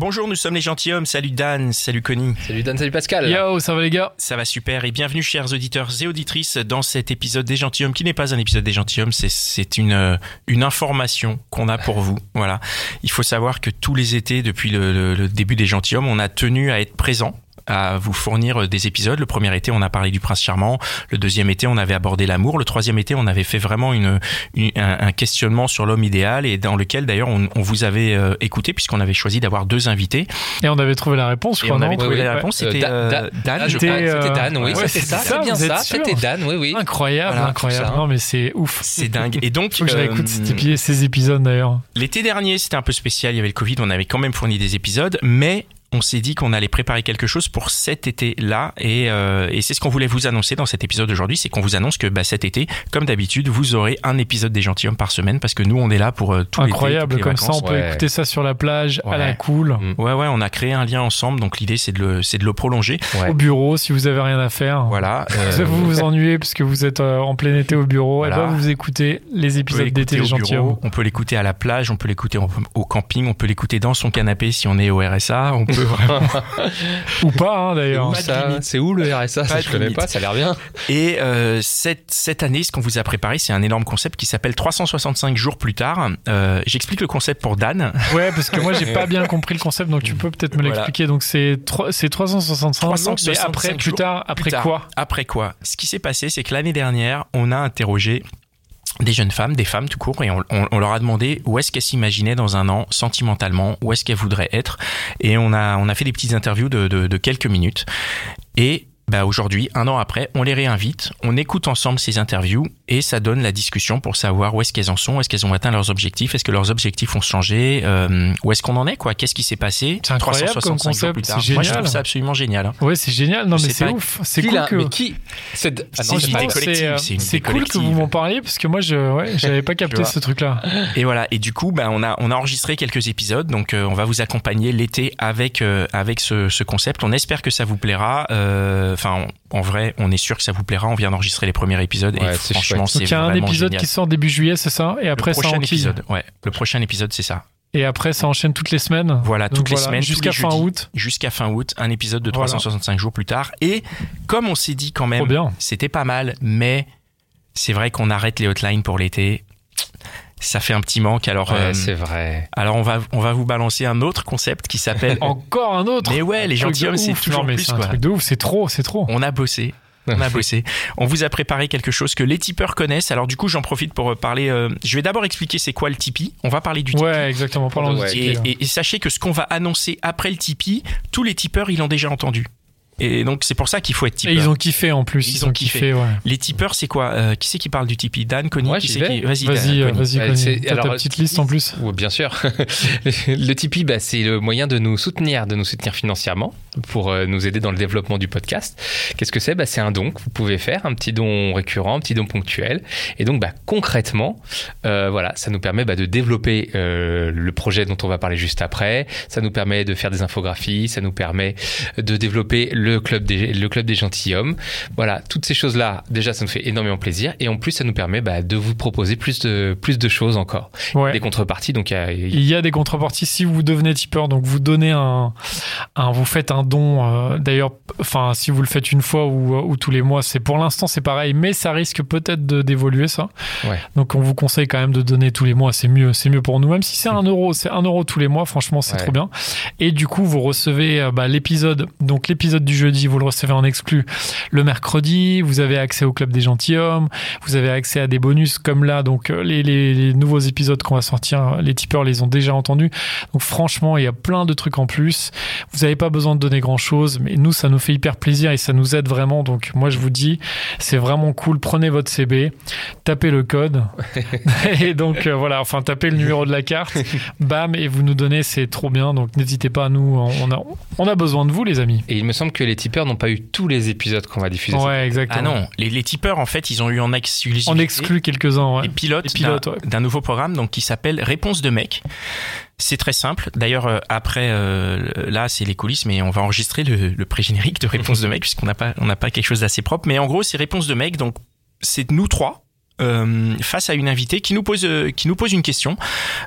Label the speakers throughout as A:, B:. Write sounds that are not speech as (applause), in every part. A: Bonjour, nous sommes les gentilshommes. Salut Dan, salut Connie.
B: Salut Dan, salut Pascal.
C: Yo, ça va les gars
A: Ça va super et bienvenue chers auditeurs et auditrices dans cet épisode des gentilshommes qui n'est pas un épisode des gentilshommes, c'est- c'est une, euh, une information qu'on a pour vous. (laughs) Voilà. Il faut savoir que tous les étés, depuis le, le- le début des gentilshommes, on a tenu à être présent à vous fournir euh, des épisodes. Le premier été, on a parlé du prince charmant. Le deuxième été, on avait abordé l'amour. Le troisième été, on avait fait vraiment une, une- un, un questionnement sur l'homme idéal et dans lequel d'ailleurs on, on vous avait euh, écouté puisqu'on avait choisi d'avoir deux invités.
C: Et on avait trouvé la réponse, je
A: Et
C: crois,
A: on
C: non
A: avait trouvé
B: Oui, oui,
A: la
C: ouais.
A: réponse,
B: Euh,
A: c'était
B: Da-
A: euh,
B: Da-
A: Dan, je
C: C'était,
A: crois.
B: Ah, c'était
C: euh,
B: Dan, oui,
C: ouais,
B: c'était
C: c'est
B: ça,
C: ça,
B: c'est bien
C: vous êtes
B: ça,
C: sûr
B: c'était Dan, oui, oui.
C: Incroyable,
B: Voilà,
C: incroyable.
B: tout ça.
C: Non, mais c'est ouf. (laughs)
A: C'est dingue. Et donc,
C: Faut que je
A: euh,
C: réécoute cet épi- ces épisodes d'ailleurs.
A: l'été dernier, c'était un peu spécial. Il y avait le Covid, on avait quand même fourni des épisodes, mais on s'est dit qu'on allait préparer quelque chose pour cet été-là. Et, euh, et c'est ce qu'on voulait vous annoncer dans cet épisode aujourd'hui c'est qu'on vous annonce que bah, cet été, comme d'habitude, vous aurez un épisode des Gentilhommes par semaine parce que nous, on est là pour euh, tout l'été,
C: Incroyable,
A: toutes les
C: comme
A: vacances.
C: ça on peut
B: ouais.
C: écouter ça sur la plage, à la
A: Ouais.
C: cool,
A: Ouais, ouais, on a créé un lien ensemble, donc l'idée, c'est de, le- c'est de le prolonger.
B: Ouais.
C: au bureau si vous avez rien à faire.
A: Voilà. euh,
C: Vous vous ennuyez parce que vous êtes euh, en plein été au bureau, et
A: Voilà.
C: ben vous écoutez les
A: On peut
C: épisodes
A: l'écouter
C: d'été des
A: au
C: gentilshommes.
A: bureau, on peut l'écouter à la plage, on peut l'écouter en- au camping, on peut l'écouter dans son canapé si on est au RSA, on peut
C: Ou pas hein, d'ailleurs.
B: Où
A: Pas de
B: ça
A: limite.
B: C'est où le RSA
A: Pas
B: ça,
A: de
B: Je connais
A: limite.
B: pas, ça a l'air bien.
A: Et euh, cette, cette année, ce qu'on vous a préparé, c'est un énorme concept qui s'appelle 365 jours plus tard. Euh, J'explique le concept pour Dan.
C: Ouais, parce que
A: (laughs)
C: moi j'ai pas bien compris le concept, donc tu peux peut-être me
A: Voilà.
C: l'expliquer. Donc c'est trois- c'est 365 jours, mais
A: 365
C: après, plus
A: jours
C: tard, après
A: Plus tard.
C: quoi
A: Après quoi Ce qui s'est passé, c'est que l'année dernière, on a interrogé des jeunes femmes, des femmes tout court, et on, on- on leur a demandé où est-ce qu'elles s'imaginaient dans un an, sentimentalement, où est-ce qu'elles voudraient être. Et on a, on a fait des petites interviews de, de- de quelques minutes. Et bah, aujourd'hui, un an après, on les réinvite, on écoute ensemble ces interviews, et ça donne la discussion pour savoir où est-ce qu'elles en sont, est-ce qu'elles ont atteint leurs objectifs, est-ce que leurs objectifs ont changé, euh, où est-ce qu'on en est, quoi, qu'est-ce qui s'est passé
C: C'est incroyable comme
A: 365 jours
C: concept,
A: plus
C: c'est
A: tard. Moi, je
C: génial.
A: trouve ça absolument génial. hein.
C: Ouais, c'est génial. Non,
A: Je
C: mais
A: sais
C: c'est
A: pas
C: ouf. C'est
B: Qui
C: cool
B: l'a-
C: que.
B: Mais qui C'est ah
A: C'est
B: non,
A: une
B: c'est
C: Franchement,
B: pas-
A: idée
C: c'est,
A: collective,
C: euh,
A: c'est une
C: C'est
A: idée
C: cool que
A: collective.
C: vous m'en parliez parce que moi, je,
A: (laughs)
C: ouais, j'avais pas capté
A: vois.
C: ce truc-là.
A: Et voilà. Et du coup, bah, on a on a enregistré quelques épisodes, donc euh, on va vous accompagner l'été avec euh, avec ce, ce concept. On espère que ça vous plaira. Euh, Enfin, on- en vrai, on est sûr que ça vous plaira. On vient d'enregistrer les premiers épisodes
B: Ouais,
A: et
B: c'est
A: franchement,
B: chouette.
A: c'est
C: Donc il y a un
A: vraiment
C: épisode
A: génial.
C: qui sort début juillet, c'est ça Et après,
A: le
C: ça
A: prochain
C: enquille.
A: épisode, ouais. Le prochain épisode, c'est ça.
C: Et après, ça enchaîne toutes les semaines.
A: Voilà,
C: Donc
A: toutes les
C: voilà,
A: semaines, tous
C: jusqu'à
A: les
C: fin
A: jeudis.
C: août.
A: jusqu'à fin août, un épisode de
C: Voilà.
A: 365 jours plus tard. Et comme on s'est dit quand même,
C: Trop bien.
A: c'était pas mal, mais c'est vrai qu'on arrête les hotlines pour l'été. Ça fait un petit manque. Alors,
B: Ouais,
A: euh,
B: c'est vrai.
A: alors on va on va vous balancer un autre concept qui s'appelle
C: (laughs) Encore un autre.
A: Euh, Mais ouais, les
C: Truc de
A: gentilshommes, c'est
C: ouf.
A: toujours
C: Non, mais
A: plus,
C: C'est un
A: quoi.
C: truc de ouf. C'est trop, c'est trop.
A: On a bossé. On a bossé. On vous a préparé quelque chose que les tipeurs connaissent. Alors du coup, j'en profite pour euh, parler. euh, je vais d'abord expliquer c'est quoi le Tipeee. On va parler du Tipeee.
C: Ouais, exactement. Parlons
B: Ouais,
C: de
A: Et, et- et sachez que ce qu'on va annoncer après le Tipeee, tous les tipeurs, ils l'ont déjà entendu. Et donc c'est pour ça qu'il faut être
C: Et
A: tipeur.
C: ils ont kiffé en plus.
A: Ils
C: Ils
A: ont
C: ont kiffé, ouais.
A: Les tipeurs, c'est quoi Euh, Qui c'est qui parle du Tipeee Dan, Connie
B: Moi,
A: qui
B: j'y
A: c'est qui-
B: vais.
A: Vas-y, Dan,
C: Vas-y, euh,
A: Connie.
C: vas-y,
B: Ouais,
C: Connie.
B: c'est-
C: T'as ta
B: alors,
C: petite liste en plus.
B: Ou bien sûr. (laughs) le Tipeee, bah, c'est le moyen de nous soutenir, de nous soutenir financièrement pour euh, nous aider dans le développement du podcast. Qu'est-ce que c'est bah, C'est un don que vous pouvez faire, un petit don récurrent, un petit don ponctuel. Et donc, bah, concrètement, euh, voilà, ça nous permet bah, de développer euh, le projet dont on va parler juste après. Ça nous permet de faire des infographies, ça nous permet de développer le club des, le club des gentilshommes. Voilà, toutes ces choses-là, déjà, ça nous fait énormément plaisir. Et en plus, ça nous permet bah, de vous proposer plus de, plus de choses encore
C: Ouais.
B: des contreparties. Donc, il y a- il y a-
C: Il y a des contreparties si vous devenez tipeur, donc vous donnez un, un- vous faites un don. euh, D'ailleurs, p- enfin, si vous le faites une fois ou, euh, ou tous les mois, c'est pour l'instant c'est pareil, mais ça risque peut-être de- d'évoluer ça.
B: Ouais.
C: Donc on vous conseille quand même de donner tous les mois, c'est mieux, c'est mieux pour nous. Même si c'est un euro, c'est un euro tous les mois, franchement c'est
B: Ouais.
C: trop bien. Et du coup vous recevez euh, bah, l'épisode, donc l'épisode du jeudi, vous le recevez en exclu le mercredi. Vous avez accès au club des gentilshommes. Vous avez accès à des bonus comme là, donc euh, les, les- les nouveaux épisodes qu'on va sortir, euh, les tipeurs les ont déjà entendus. Donc franchement, il y a plein de trucs en plus. Vous n'avez pas besoin de donner grand chose, mais nous, ça nous fait hyper plaisir et ça nous aide vraiment. Donc, moi, je vous dis, c'est vraiment cool. Prenez votre CB, tapez le
A: (laughs)
C: code, et donc euh, voilà, enfin, tapez le numéro de la carte, bam, et vous nous donnez, c'est trop bien. Donc, n'hésitez pas, nous, on a, on a besoin de vous, les amis.
B: Et il me semble que les tipeurs n'ont pas eu tous les épisodes qu'on va diffuser.
C: Ouais, exactement.
A: Ah non, les, les tipeurs, en fait, ils ont eu en exclusivité.
C: On exclut quelques-uns, ouais.
A: les pilotes,
C: Les pilotes,
A: d'un,
C: ouais.
A: d'un nouveau programme donc qui s'appelle Réponse de mec. C'est très simple. D'ailleurs, euh, après, euh, là, c'est les coulisses, mais on va enregistrer le, le pré-générique de Réponse de mec puisqu'on n'a pas, on n'a pas quelque chose d'assez propre. Mais en gros, c'est Réponse de mec. Donc, c'est nous trois. euh, face à une invitée qui nous pose euh, qui nous pose une question.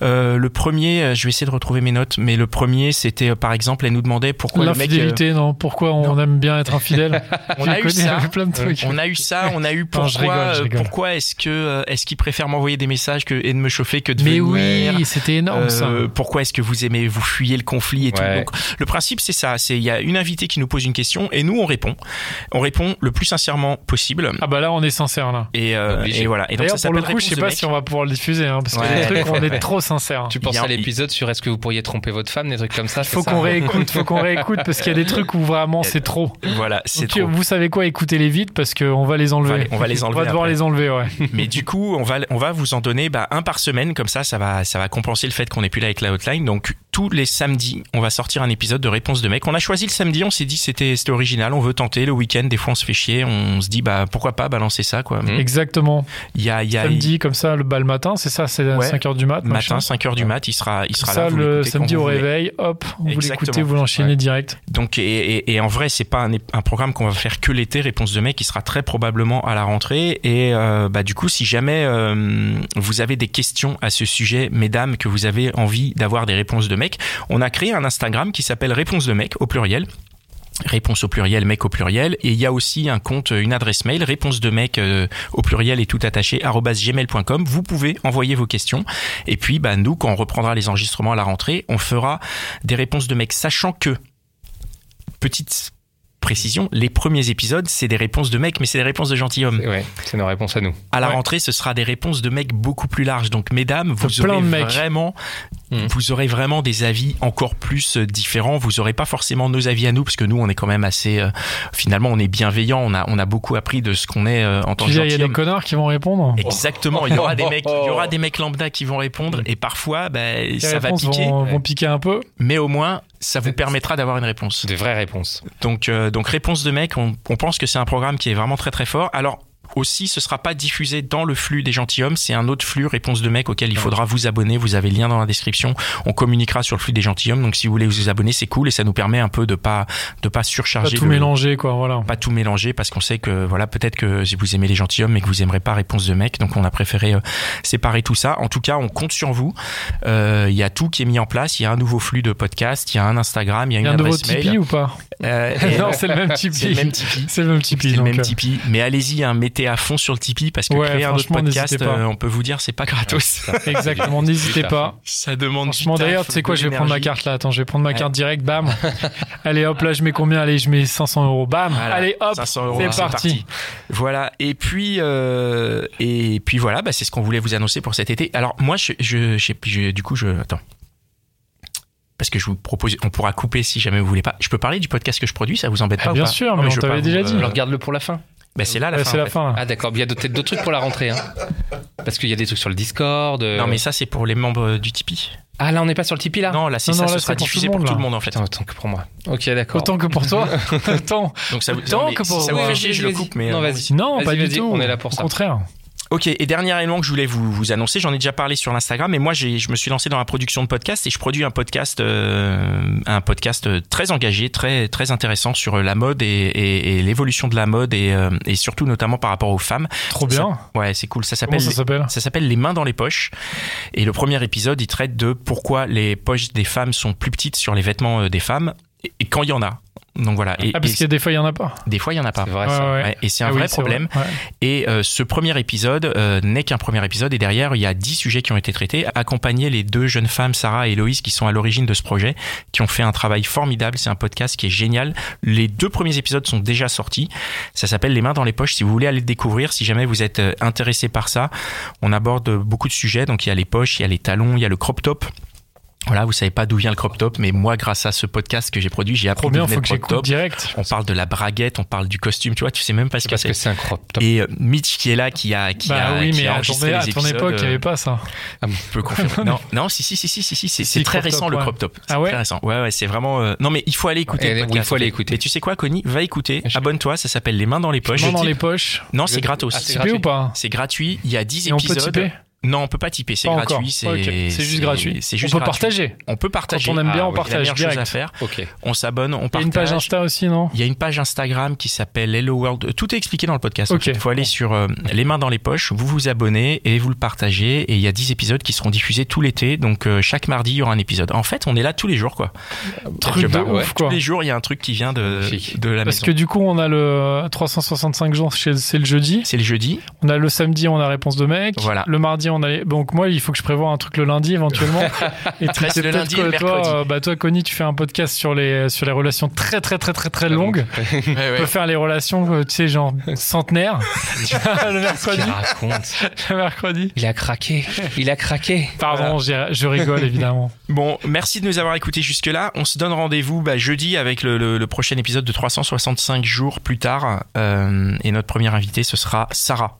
A: Euh, le premier, euh, je vais essayer de retrouver mes notes, mais le premier c'était euh, par exemple, elle nous demandait pourquoi le mec. euh,
C: L'infidélité, non Pourquoi on aime bien être infidèle
A: (laughs) On
C: Je
A: a eu
C: connais
A: ça.
C: (laughs)
A: Euh,
C: plein de trucs.
A: On a eu ça, on a eu
C: Non, je
A: pourquoi,
C: rigole, je
A: euh,
C: rigole.
A: pourquoi est-ce que euh, est-ce qu'il préfère m'envoyer des messages que, et de me chauffer que de
C: Mais
A: venir
C: oui, c'était énorme
A: Euh,
C: ça.
A: Pourquoi est-ce que vous aimez vous fuyez le conflit et
B: Ouais.
A: tout. Donc le principe c'est ça, c'est il y a une invitée qui nous pose une question et nous on répond. On répond le plus sincèrement possible
C: Ah bah là, on est sincère là.
A: et, euh,
B: Obligé.
A: et voilà. Et donc ça
C: D'ailleurs, pour le
A: s'appelle
C: coup,
A: Réponse
C: je sais
A: de
C: pas
A: mec.
C: si on va pouvoir le diffuser, hein, parce que
A: Ouais.
C: le truc,
A: (laughs)
C: on est trop sincère.
B: Tu
A: Il
B: penses
A: y a-
B: à l'épisode sur est-ce que vous pourriez tromper votre femme, des trucs comme ça. c'est
C: Faut
B: ça hein
C: qu'on réécoute, faut qu'on réécoute, parce
A: (laughs)
C: qu'il y a des trucs où vraiment c'est trop.
A: Voilà,
C: (laughs)
A: c'est
C: Donc,
A: trop.
C: Vous savez quoi Écoutez-les vite, parce qu'on va les enlever.
A: On va les- on va les
C: On va
A: enlever
C: devoir
A: après. Hmm.
C: les enlever, ouais.
A: Mais du coup, on va, on va vous en donner bah, un par semaine, comme ça, ça va, ça va compenser le fait qu'on n'est plus là avec la hotline. Donc, tous les samedis, on va sortir un épisode de Réponse de mec. On a choisi le samedi, on s'est dit c'était c'était original, on veut tenter. Le week-end, des fois, on se fait chier, on se dit bah pourquoi pas balancer ça quoi.
B: Mm.
C: Exactement.
A: Il y a, il y a
C: Mmh. Samedi, comme ça, le bal matin, c'est ça, c'est à
A: Ouais.
C: 5h du mat.
A: matin,
C: machin.
A: 5 heures du mat, il sera, il sera
C: ça,
A: là. vous
C: le
A: l'écoutez quand
C: samedi
A: vous
C: au
A: voulez.
C: réveil, hop, vous
A: Exactement.
C: l'écoutez, vous l'enchaînez
B: Ouais.
C: direct.
A: Donc, et, et, et en vrai, c'est pas un, ép- un programme qu'on va faire que l'été. Réponse de mec, qui sera très probablement à la rentrée. Et euh, bah, du coup, si jamais euh, vous avez des questions à ce sujet, mesdames, que vous avez envie d'avoir des réponses de mec, on a créé un Instagram qui s'appelle Réponse de mec au pluriel. Réponse au pluriel, mec au pluriel. Et il y a aussi un compte, une adresse mail, réponse de mec euh, au pluriel et tout attaché, arobase gmail.com. Vous pouvez envoyer vos questions. Et puis, bah, nous, quand on reprendra les enregistrements à la rentrée, on fera des réponses de mec, sachant que, petite précision, les premiers épisodes, c'est des réponses de mec, mais c'est des réponses de gentilhomme.
B: Ouais, c'est nos réponses à nous.
A: À la
C: Ouais.
A: rentrée, ce sera des réponses de mecs beaucoup plus larges. Donc, mesdames, vous
C: plein
A: aurez
C: de mecs.
A: vraiment,
B: Mm.
A: vous aurez vraiment des avis encore plus euh, différents. Vous aurez pas forcément nos avis à nous, parce que nous, on est quand même assez, euh, finalement, on est bienveillant. On a, on a beaucoup appris de ce qu'on est euh, en tant
C: Tu
A: que
C: dis, il y a des
A: gentilhomme.
C: connards qui vont répondre.
A: Exactement. Il y aura des mecs, il y aura des mecs lambda qui vont répondre, et parfois, ben,
C: Hmm. Les
A: ça va
C: réponses
A: piquer.
C: vont, vont piquer un peu.
A: Mais au moins, ça vous permettra d'avoir une réponse.
B: Des vraies réponses.
A: Donc, euh, donc réponse de mec, on, on pense que c'est un programme qui est vraiment très très fort. Alors aussi, ce sera pas diffusé dans le flux des gentilshommes, c'est un autre flux, réponse de mec, auquel il faudra vous abonner. Vous avez le lien dans la description. On communiquera sur le flux des gentilshommes. Donc si vous voulez vous abonner, c'est cool et ça nous permet un peu de pas de pas
C: Pas
A: surcharger
C: tout
A: le-
C: mélanger, quoi, voilà.
A: pas tout mélanger parce qu'on sait que voilà peut-être que si vous aimez les gentilshommes mais que vous aimerez pas réponse de mec donc on a préféré euh, séparer tout ça en tout cas on compte sur vous Euh, il y a tout qui est mis en place il y a un nouveau flux de podcast il y a un Instagram il y a
C: Il
A: une
C: y a un nouveau
A: adresse
C: Tipeee
A: mail
C: ou pas
A: Euh, et-
C: (laughs) Non, c'est le même
A: (laughs)
C: Tipeee.
A: c'est le même Tipeee
C: C'est le même Tipeee.
A: c'est le
C: donc,
A: même
C: euh,
A: Tipeee. Mais allez-y, hein, mettez à fond sur le Tipeee parce que
C: Ouais,
A: créer un autre
C: franchement, n'hésitez
A: podcast,
C: pas.
A: euh, on peut vous dire, c'est pas gratos. (laughs)
C: Exactement, n'hésitez pas.
A: Ça demande
C: Franchement,
A: du taf,
C: d'ailleurs, tu sais quoi,
A: de
C: je vais prendre ma
A: l'énergie.
C: carte là. Attends, je vais prendre ma
A: Ouais.
C: carte direct. Bam. Allez, hop, là, je mets combien Allez, je mets 500 euros. Bam.
A: Voilà,
C: Allez, hop.
A: 500 euros, hein,
C: c'est parti.
A: Voilà. Et puis, euh, et puis voilà, bah, c'est ce qu'on voulait vous annoncer pour cet été. Alors moi, je, je, je, je- du coup, je attends. Parce que je vous propose, on pourra couper si jamais vous voulez pas. Je peux parler du podcast que je produis, ça vous embête
C: Ah,
A: pas ou
C: bien
A: pas
C: sûr,
A: Non,
C: mais on
A: je veux
C: t'avait
A: pas
C: déjà
A: vous-
C: dit.
A: euh,
B: Regarde-le pour la fin.
A: bah, c'est là la
C: Ouais,
A: fin.
C: C'est
A: en
C: la
A: fait.
C: fin.
B: Ah d'accord, il y a peut-être d'autres trucs pour la rentrée. Hein. Parce qu'il y a des trucs sur le Discord. euh.
A: Non, mais ça c'est pour les membres euh, du Tipeee.
B: Ah là, on n'est pas sur le Tipeee là
A: Non, là c'est
C: Non,
A: ça,
C: non,
A: ce
C: là,
A: sera
C: c'est pour tout
A: diffusé
C: le
A: pour
C: monde,
A: tout le
C: là.
A: monde en fait.
B: Putain, autant que pour moi. Ok, d'accord.
C: Autant que pour toi. Autant.
A: Donc ça vous,
C: Tant
A: non, mais
C: que
A: si
C: pour-
A: ça vous
C: ouais,
A: fait chier, je le
B: vas-y,
A: coupe, mais
B: non,
A: euh,
B: vas-y.
C: Non,
B: Vas-y,
C: pas du
B: vas-y,
C: tout.
B: on est là pour
C: Au
B: ça.
C: contraire.
A: Ok, et dernier élément que je voulais vous, vous annoncer, j'en ai déjà parlé sur l'Instagram, mais moi j'ai- je me suis lancé dans la production de podcasts et je produis un podcast, euh, un podcast euh, très engagé, très très intéressant sur euh, la mode et, et- et l'évolution de la mode et, euh, et surtout notamment par rapport aux femmes.
C: Trop bien.
A: Ouais, c'est cool. Ça
C: Comment
A: s'appelle
C: ça s'appelle
A: ça s'appelle Les mains dans les poches. Et le premier épisode, il traite de pourquoi les poches des femmes sont plus petites sur les vêtements euh, des femmes et, et quand il y en a. Donc voilà. Et,
C: Ah, parce
A: et
C: qu'il y a des fois, il n'y en a pas.
A: des fois, il y en a pas.
B: C'est vrai
C: Ouais,
B: ça.
C: ouais.
A: Ouais, et c'est un
C: Ah oui,
A: vrai
C: c'est
A: problème.
C: Ouais.
A: Et euh, ce premier épisode euh, n'est qu'un premier épisode et derrière il y a 10 sujets qui ont été traités. Accompagner les deux jeunes femmes, Sarah et Héloïse, qui sont à l'origine de ce projet, qui ont fait un travail formidable. C'est un podcast qui est génial. Les deux premiers épisodes sont déjà sortis. Ça s'appelle Les mains dans les poches. Si vous voulez aller le découvrir, si jamais vous êtes euh, intéressé par ça, on aborde beaucoup de sujets. Donc il y a les poches, il y a les talons, il y a le crop top. Voilà, vous savez pas d'où vient le crop top, mais moi, grâce à ce podcast que j'ai produit, j'ai appris
C: Trop
A: d'où
C: bien,
A: venait
C: faut
A: le
C: que
A: crop top.
C: j'écoute direct.
A: On parle de la braguette, on parle du costume, tu vois, tu sais même pas ce que
B: Parce
A: c'est.
B: que c'est un crop top.
A: Et euh, Mitch qui est là, qui a, qui
C: Bah
A: a,
C: oui,
A: qui
C: mais
A: a
C: à ton,
A: enregistré
C: à
A: les
C: ton
A: épisodes,
C: époque, il n'y
A: euh,
C: avait pas ça. (laughs)
A: peut confirmer. non, non, si, si, si, si, si, si, c'est
C: Si,
A: très
C: crop
A: récent
C: top,
A: le
C: ouais.
A: crop top. C'est
C: Ah ouais
A: très récent. Ouais, ouais, c'est vraiment. euh, Non, mais il faut aller écouter.
B: Et-
A: le
B: Eh, oui, il
A: podcast,
B: faut aller
A: en fait.
B: écouter.
A: Mais tu sais quoi, Connie Va écouter.
B: Je-
A: Abonne-toi. Ça s'appelle Les mains dans les poches.
C: Main dans
A: Je
C: les
A: type.
C: poches.
A: Non, c'est
B: Je-
A: gratos.
B: Ah, c'est
C: Typé ou
B: gratuit.
C: pas
A: C'est gratuit. Il y a 10
C: Et on peut
A: épisodes.
C: typer
A: non, on peut pas typer. C'est
C: Pas
A: gratuit.
C: encore.
A: C'est
C: Ok, C'est juste
A: c'est-
C: gratuit.
A: C'est juste
C: on peut
A: gratuit.
C: partager.
A: On peut partager.
C: Quand on aime
B: Ah
C: bien,
B: oui,
C: on
B: la
A: C'est la
C: partage
A: meilleure chose à
C: direct.
A: faire.
B: Ok.
A: On s'abonne. On
C: Il y a
A: partage.
C: une page Insta aussi, non
A: Il y a une page Instagram qui s'appelle Hello World. Euh, Tout est expliqué dans le podcast.
C: Ok.
A: Il faut aller sur euh, Les mains dans les poches, vous vous abonnez et vous le partagez. Et il y a 10 épisodes qui seront diffusés tout l'été. Donc euh, chaque mardi, il y aura un épisode. En fait, on est là tous les jours, quoi.
C: Truc
A: quelque
C: de
A: part,
B: ouais.
C: ouf, quoi.
A: Tous les jours, il y a un truc qui vient de,
B: Magnifique.
A: de la
C: Parce
A: maison.
C: que du coup, on a le 365 jours, chez- c'est le jeudi.
A: C'est le jeudi.
C: On a le samedi, on a réponse de mec.
A: Voilà.
C: Le mardi, on a les... Donc moi, il faut que je prévoie un truc le
A: (laughs)
C: lundi éventuellement. et tu
A: Reste
C: sais
A: le
C: peut-être
A: lundi
C: que
A: et le
C: toi,
A: mercredi.
C: euh, bah toi, Connie, tu fais un podcast sur les sur les relations très très très très
A: Ah,
C: très longues. On peut faire les relations, euh, tu sais, genre centenaires. (laughs) le mercredi.
B: Il raconte.
C: Le mercredi.
B: Il a craqué. Il a craqué.
C: Pardon, j'ai- je
A: (laughs)
C: rigole évidemment.
A: (laughs) Bon, merci de nous avoir écoutés jusque-là. On se donne rendez-vous bah, jeudi avec le, le- le prochain épisode de 365 jours plus tard. Euh, et notre première invitée, ce sera Sarah.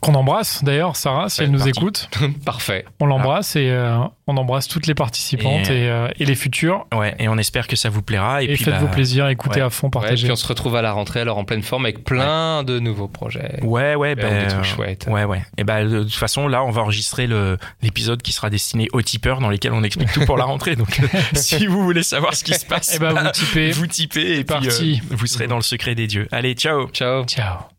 C: Qu'on embrasse d'ailleurs, Sarah, si
B: Ouais,
C: elle nous
B: parti.
C: écoute.
B: Parfait.
C: On l'embrasse et euh, on embrasse toutes les participantes
A: Ah. Et-
C: et, euh, et les futures.
A: Ouais, et on espère que ça vous plaira. Et,
C: Et,
A: puis,
C: faites-vous
A: bah,
C: plaisir, écoutez
A: ouais.
C: à fond,
B: Ouais,
C: partagez.
B: puis on se retrouve à la rentrée, alors en pleine forme, avec plein de nouveaux projets.
A: Ouais, ouais,
B: Plein de
A: ben,
B: trucs chouettes.
A: Ouais, ouais. Et ben, de toute façon, là, on va enregistrer le- l'épisode qui sera destiné aux tipeurs dans lesquels on explique tout pour la rentrée. Donc, euh,
C: (laughs)
A: si vous voulez savoir ce qui se passe,
C: Eh ben, vous
A: bah,
C: typez.
A: vous typez et puis
C: Parti.
A: euh, vous serez dans le secret des dieux. Allez, ciao!
B: Ciao.
C: Ciao.